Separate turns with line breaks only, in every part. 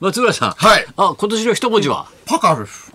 松浦さん。
はい
あ、今年の一文字は、
パカです。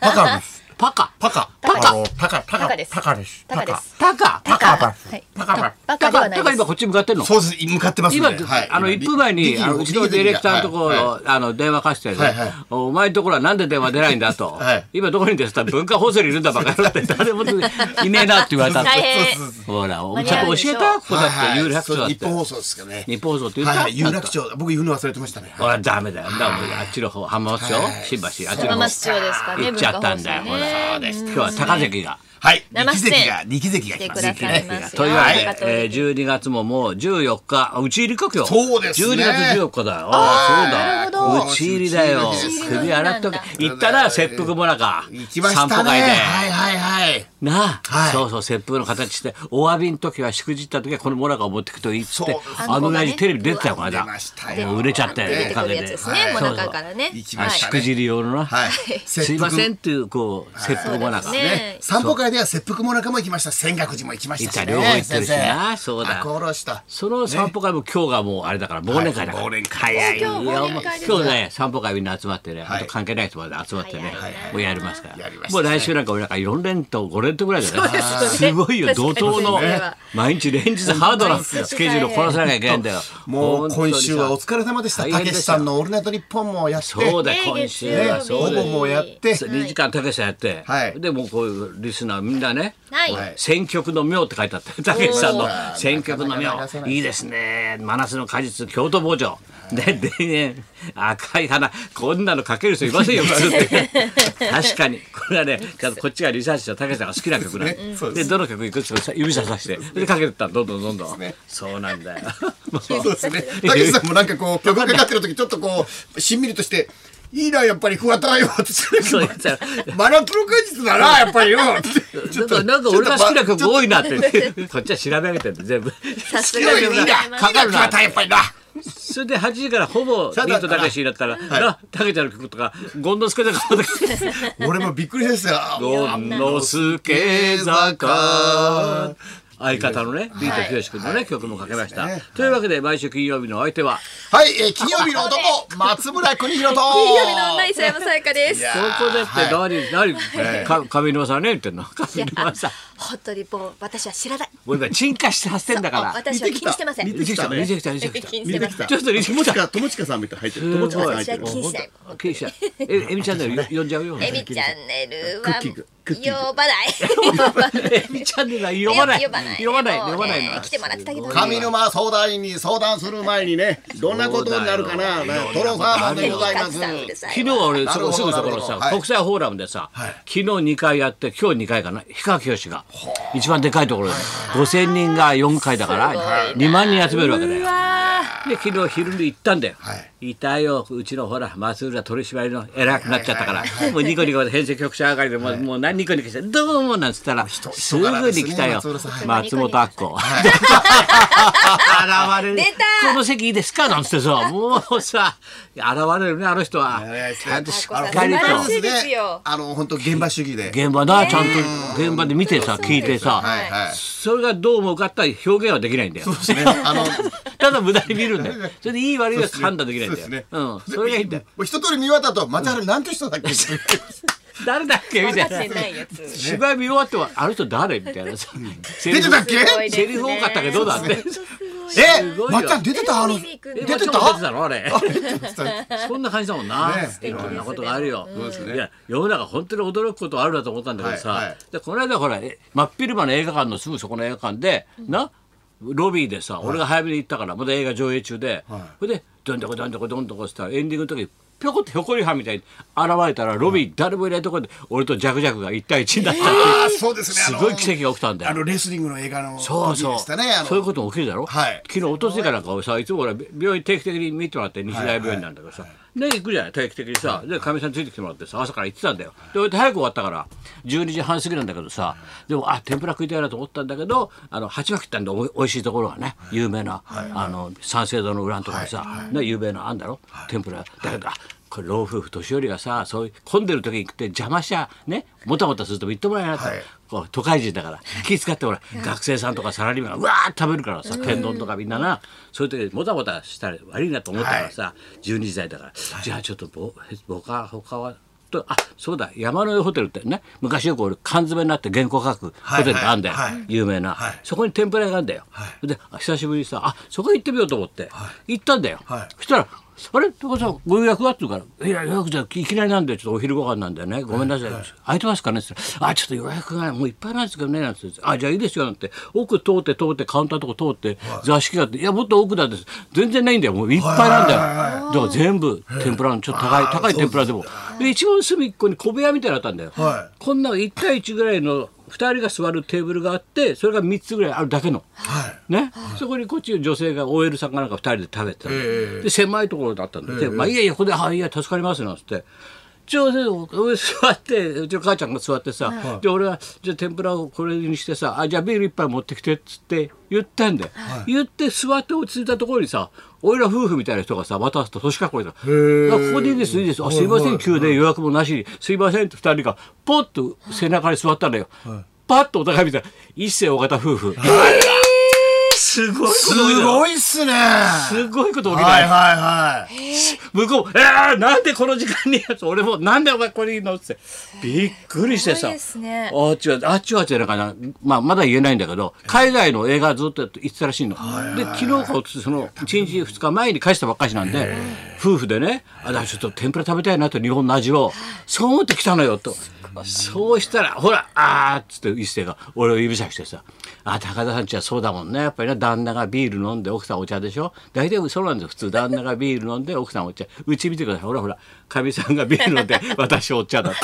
パカです。
パカ。
パカ。
パカ
あのパカ。パ
タカ
カ
です
パカです。
タカです。
タカ。
パカ。パカです
はい
パカ。パカ。
バ
タ
カで
カ。
はない
タカ
です
今こっち向かってんの
そうです。向かってます
今、
ね。はい
あの、1分前に、あの、うちのディレクターのところ、
はい
あの、電話かしてね、
はいはい
お前のところはなんで電話出ないんだと。
はい
今どこにいるんですか文化放送にいるんだバカ野郎 って、誰もいねえなって言われたって
大変
そうそうそう
ほら、お
間に
ちゃん
合う
と
でし
教
ょ
えたここだって、
はい
有楽町だ
そう
っ
日本
て。
放送ですよね。
日本放送って言
は
っ
い
た、
はい。有楽町。僕言うの忘れてましたね。
ほら、ダメだよ。だから俺あっちの方、浜松町、
はい
新橋、あっちの
浜
方
松町ですかね。
行っちゃったんだよ。
文
ほ
化放送
ら、
ね
今日は高関が。
はい。
生
二
出
期
演
席が、二期席が来ます。
来てくださいます
というわけで、
はい
えー、12月ももう14日、あうち入りか今日。
そうですね
12月14日だよ。ああ、そう
なる
だ。
ほ
う
ど
ち入りだよ
うち入。りの
首
日なんだ
洗っとけ。行ったな、切腹もなか。
行きましたね。
散歩会で。
はいはいはい。
なあ、
はい
そうそう、切腹の形して、お詫びの時は、しくじった時は、このもなかを持ってくといいっつって
そう、
あの親父
あんこがね
テレビ出てたよ、この間。
出ましたよ
もう売れちゃった
出
よ、
出
お
て
か
くる
げ
やつ
で
です。ね。もなかからね。
行き
あ
まし
したくじり用のな。
はい。
すいません
切
っていう、こう、切腹もなか。
そうですね
腹。 散歩会では切腹もなかも行きました。仙岳寺も行きましたしね。
行った両方行ってるしな
先生
そうだ
あこうろした。
その散歩会も今日がもうあれだから忘年会だから、
はい忘年会
早いよ
今日忘年会ですか
今日ね散歩会みんな集まってね、
はい
あと関係ない人まで集まってね、
早いな
もうやりますから
やりましたね
もう来週なんか俺なんか4連投5連投ぐらいじゃない
そうですよね
すごいよ
確
怒
かに
涛の
そうですね
毎日連日ハードな
本当に
スケジュールをこなさなきゃいけないんだよ
も
本
う
当に
今
さ
週はお疲れ様でした。
大
た
変
け
で
し
した
さんのオールナイトニッポンもやって。
そうだよ
ね
今週
月曜
は
日
そうだ
ほぼも
よ
うやって。
2時間たけしさんやって、
はい
でもうこういうリスナーみんなね
はい
はい
選曲の妙って書い てあった。たけしさんの
お
ー
選曲の
なか
妙
なか流せ。ない
いいですね。真夏の果実、京都傍聴。で、でね、赤い花、こんなのかける人いませんよ、普通って。確かに。これはね、ちゃんとこっちがリサーチしたたけしさんが好きな曲なん
そ
で
うですねう。ん
で、どの曲いくつか指ささして、で、かけてったのどんどんどんどん
ね。
そうなんだ よ。
そうですね。たけしさんもなんかこう、曲がかかってる時、ちょっとこう、しんみりとして、いいな、やっぱり、ふわたよ、って。
そう言ってたら
マラトロ果実だな、やっぱりよ、って。
なんかなんか俺が好きな曲多いなって。こっちは調べ上げてるんで、全部。
さす
強
がで
い
ご
ねいい
ざい
な。
ま
か
す。
かるな
ふわたやっぱりな。
それで8時からほぼビ
そうだ
ー
っ
ト
たな
たけしだったら、な、たけちゃんの曲とか、ゴンドスケとか。
俺もびっくりでしたよ。
ゴンのすけ坂相方のね、ビートきよし君のね、曲もかけました、
そうですね
というわけで、毎週金曜日のお相手は、
はい、えー金曜日 の男、松村邦弘と。
金曜日の女磯山さやかです。
そこでって何、何、か上沼さんね、言ってんの上沼さん。
ホットリポン、私は知らない。
俺今、沈下してはせんだから。
私は気にしてません。
見てきた、見てきた、見てきた。
気にしてません。
ちょっと、もちか、
友近さんみたい入ってる
友
近さん入ってる私は
禁止え、えみちゃんね、呼んじゃうよ。
エビチャンネルは
キングクッキング
呼ばない。
えみちゃんね、呼ばない。
呼ばない。
呼ばない、
もうね
呼ばないの。
来てもらったけどね。
上沼相談員に相談する前にね、どんなことになるかな、
そうだ
ね
よ
トロサーモンで
で
ご
ご
ざい
ざい
ま
ますす。
昨日は俺
な
そ
るほ
こすぐ
ど
そこの
なる
さ
ほどはい
国際フォーラムでさ、
はい
昨日2回やって今日2回かな氷川きよしが一番でかいところで5,000人が4回だから
すごい
2万人集めるわけだよ。
わー
で昨日昼に行ったんだよ、
はい
い、たようちのほら松浦取締りの偉くなっちゃったから、もうニコニコで編成局長上がりでもう,、もう何ニコニコして「どうも」なんつったら
人
すぐに来たよ
人柄ですね
松本明子 現れる
出た
この席いいですか?」なんつってさもうさ現れるねあの人は
ね
ちゃんとしっ
あの
かりと
素晴らしいですよ
あの本当現場主義で、
現場だちゃんと現場で見てさ
そうそう
聞いてさ、
はいはい。
それがどう思うかって表現はできないんだよ。
そうですね。あの
ただ無駄に見るんだよ。それでいい悪いは判断できないんだよ。
そうですね
うん、それがいいんだよ。
もう一通り見渡ったと、松原なんて人だっけ。
誰だっけみた
出
いな
て。ないやつ。
芝居見終わってはあの人誰みたいなさ。セリ
出て
フ
たっけ？
すごい
セリフ多かったけどだって。
え
すごいよ、
まっちゃん出てたあの。
出
え
て
た
松山も出てたのあれ。
は
そんな感じだもんな
ね。
いろんなことがあるよ。
ですね
いや世の中本当に驚くことあるなと思ったんだけど
はいは
さ
い。
でこの間ほらえ真っ昼間の映画館のすぐそこの映画館でなロビーでさ俺が早めに行ったからまだ映画上映中で
はい
それでどんどこどんどこどんどこって言ったらエンディングの時にぴょこってひょこりはんみたいに現れたらロビー誰もいないところで俺とジャクジャクが一対一になったっていう
あーそうですね。あ
す
の
ごい奇跡が起きたんだよ
あ。のレスリングの映画の
そう
時
そう
でしたね。あの
そういうことも起きるだろ、
はい
昨日おとついかなんか俺さいつも俺病院定期的に見てもらって西大病院なんだけどさ、ね行くじゃない定期的にさでかみさんついてきてもらってさ朝から行ってたんだよで俺って早く終わったから12時半過ぎなんだけどさでもあ天ぷら食いたいなと思ったんだけどあの鉢巻きってあるんでおいおいしいところがね有名な、あの三省堂の裏のところにさ、ね、有名なあんだろ、天ぷらだけどあこれ老夫婦年寄りがさそういう混んでる時に行くって邪魔しちゃねもたもたするとみっともないなと、
はい
こう都会人だから気遣ってほら学生さんとかサラリーマンがうわーっと食べるからさ天丼とかみんななそういう時もたもたしたら悪いなと思ったからさ、12時台だから、じゃあちょっとぼ僕は他は。とあそうだ山の上ホテルってね昔よく俺缶詰になって原稿書くホテルがあんだよ、
はいはいはい
有名な、
はい
そこに天ぷら屋があるんだよ、であ久しぶりにさあそこ行ってみようと思って、行ったんだよ、
はい
そしたら「あれ高橋さんご予約は?」って言うから「いや予約じゃいきなりなんでちょっとお昼ご飯なんだよねごめんなさい」空いてますかね?」って言ったら「あちょっと予約がもういっぱいなんですけどね」なんて言って「あじゃあいいですよ」なんて奥通って通ってカウンターのとこ通って座敷があって「いやもっと奥なんです全然ないんだよもういっぱいなんだよ」だから全部天ぷらのちょっと高い
あー
高い天ぷらでもで一番隅っこに小部屋みたいなのあったんだよ、
は
こんな1対1ぐらいの2人が座るテーブルがあってそれが3つぐらいあるだけの。
はい。
ね、そこにこっちの女性が OL さんかなんか2人で食べてたの、
ええ
で狭いところだったんで「でまあ、いやいやここで「はいいや助かります」なんつって。一応俺座ってうちの母ちゃんが座ってさ、で俺はじゃあ天ぷらをこれにしてさあじゃあビール一杯持ってきてっつって言ったんだよ、言って座って落ち着いたところにさ俺ら夫婦みたいな人がさまた年かっこいいからあここでいいですいいですあすいません急で予約もなしにすいません」って二人がポッと背中に座ったんだよ、パッとお互い見たら一世大型夫婦。すごいこと起き
す
たよ
ごいっすね。は
すごいこと
い
起きた
はい
よ
はい。
向こう「えー、なんでこの時間に?」 俺も「なんでお前これいいの?」ってびっくりして
すご
さ
いですね
あっちはあっちはあっちはなんかな、まあ、まだ言えないんだけど海外の映画ずっと行ってたらしいの、で昨日かおとその1日2日前に帰したばっかしなんで夫婦でねあだからちょっと天ぷら食べたいなと日本の味をそう思ってきたのよと。そうしたら、ほら、あーっつって一星が俺を指さしてさ、あ、高田さんちはそうだもんね。やっぱりね、旦那がビール飲んで奥さんお茶でしょ大体そうなんですよ。普通、旦那がビール飲んで奥さんお茶。うち見てください。ほらほら、かみさんがビール飲 んで私お茶だって。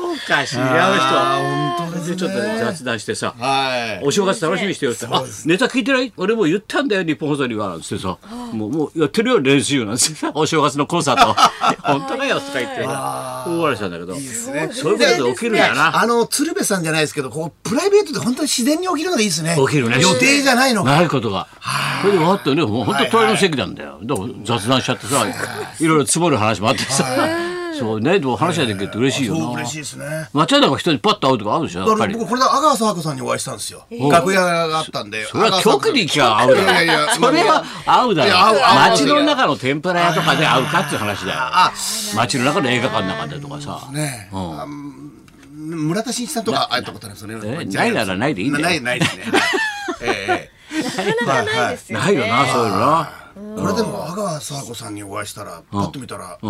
おかしいよ、あの人。本当で、ちょっと雑談してさ。
はい。
お正月楽しみにしてよって、あネタ聞いてない俺もう言ったんだよ日本放送にはなんつってさ、もうもうやってるよ練習なんつってさお正月のコンサー ト本当だよとか言って大笑いしたんだけど
ですね
そういうことで起きるんだよな
あの鶴瓶さんじゃないですけど、こうプライベートで本当に自然に起きるのがいいですね。
起きるね
予定じゃないの。
ないことがそれでわっとねもう本当隣の席なんだよだから雑談しちゃってさいろいろ積もる話もあってさそうねでも話ができるって嬉しいよ
そう
な
嬉しいですね。
松屋なんか人にパッと会うとかあるでしょやっ
あ
ぱ
の
り
僕これで阿川佐和子さんにお会いしたんですよ。楽屋があったんで。
それは局に行きゃ会う
いやい
だ
や
ろそれは会うだ
いや合う
ろ
合う
街の中の天ぷら屋とかで会うかっていう話だよ街の中の映画館の中でとかさ
ねえ、あ村田真一さんとか会ったことあるんですよね。
えないならないでいいんだよ
ないないですね。 ええ
なかなかないですよね。
ないよなそういうのな
これでも阿川佐和子さんにお会いしたらパッと見たら「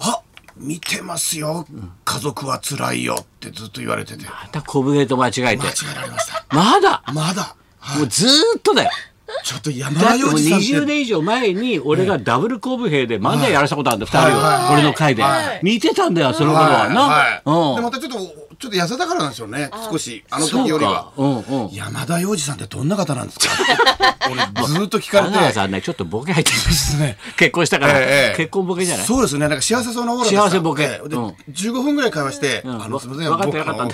あ見てますよ家族は辛いよ」ってずっと言われてて間
また小武芸と間違えて
違えられました
まだ
まだはい
もうずーっとだよ
ちょっと山
だっ
田
ても
洋
う
次さんって
20年以上前に俺がダブルコブ兵で漫才やらしたことあるんだ2人
は
を俺の回で似てたんだよその頃
はい
は
はい
な
で
う
ま
ん
たちょっとちょっと痩せたからなんですよね少しあの
そ
時よ
う
りは
か。うんうん
山田洋次さんってどんな方な んですかって俺ずっと聞か
阿
れ
川
て
さんねちょっとボケ入ってる
すね
結婚したから
ええ
結婚ボケじゃない
そうですね、なんか幸せそうなオーラでした
幸せボケ
ええで、
うん
15分ぐらい会話して、
ん
あの、すみません、
わかった
僕
よかった
あの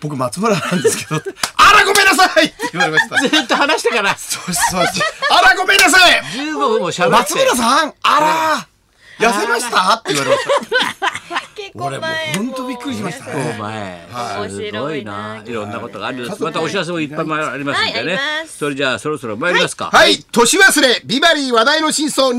僕松村なんですけど、 あらごめんなさいって言われました。
ずっと話してから
そうしそうしあらごめん なさい
15分も喋って
松村さんあら痩せましたって言われました。
結構
俺も
前
うほんとびっくりしましたね
お前、
はい
すごいな
面白いない
ろんなことがあるよ
はい
またお知らせもいっぱいありますんでね、
はいあります
それじゃあそろそろ参りますか、
はい、年忘れ、ビバリー話題の真相2018ウ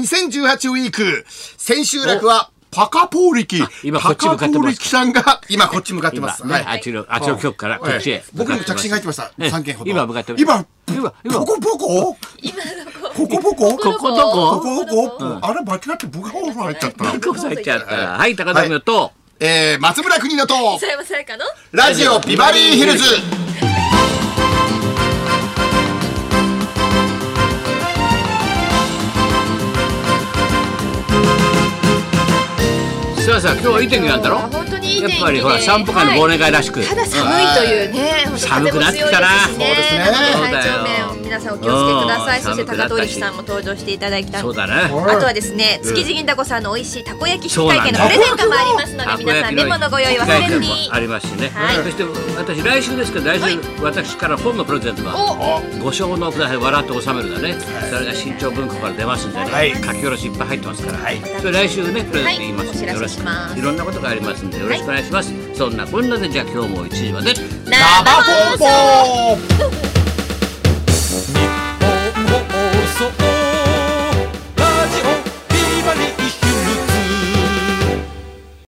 ィーク。先週楽は、パカポーリキ。
今こっち向かってます
パカポーリキさんが、今こっち向かって
今
ます。
ね、
はい
あっちのあっちの局からこっちへ、
ええ僕にも着信が入ってました。
ええ
三件ほど。
今向かってます
今、
今今
ポコポコ
今の
こ
子
こポ
こ
コ
こど
こ
こ
こポコあれ、間違って僕がオフ入っちゃった。
ここさっちゃったらはい高田美代と、
えー、松村邦乃と、
磯山さやかの
ラジオビバリーヒルズ。
さあさあ今日はいい天気なんだろ
本当にいい天気
や
で
っぱりほら散歩会の忘年会らしく、
ただ寒いというね、本当
寒くなってきたな
風も強いですしね
そうですね
体調面をね皆さんお気をつけくださ
う
い
ん
そ
寒
して
くな
高
ったし
取力さんも登場していただきた
そ
ん
う
で
だね。
はい
あとはですね築地銀だこさんの美味しいたこ焼き引
そうなん
換券
だ
のプレゼントもありますの
たこ
で皆さ
焼
ん
き
メモのご用意忘れずに
機械券もありますしね、
はい
そして私来週ですけど来週、
はい
私から本のプレゼントが
お
ご承納ください笑って収めるだね、それが新潮文庫から出ますんでね、
はい
書き下ろしいっぱい入ってますから、
はい
それ来週ねプレゼント言いますんで、
はいお知らせします
いろんなことがありますんでよろしくお願いします、そんなこんなでじゃあ今日も1時まで
生放送
ポー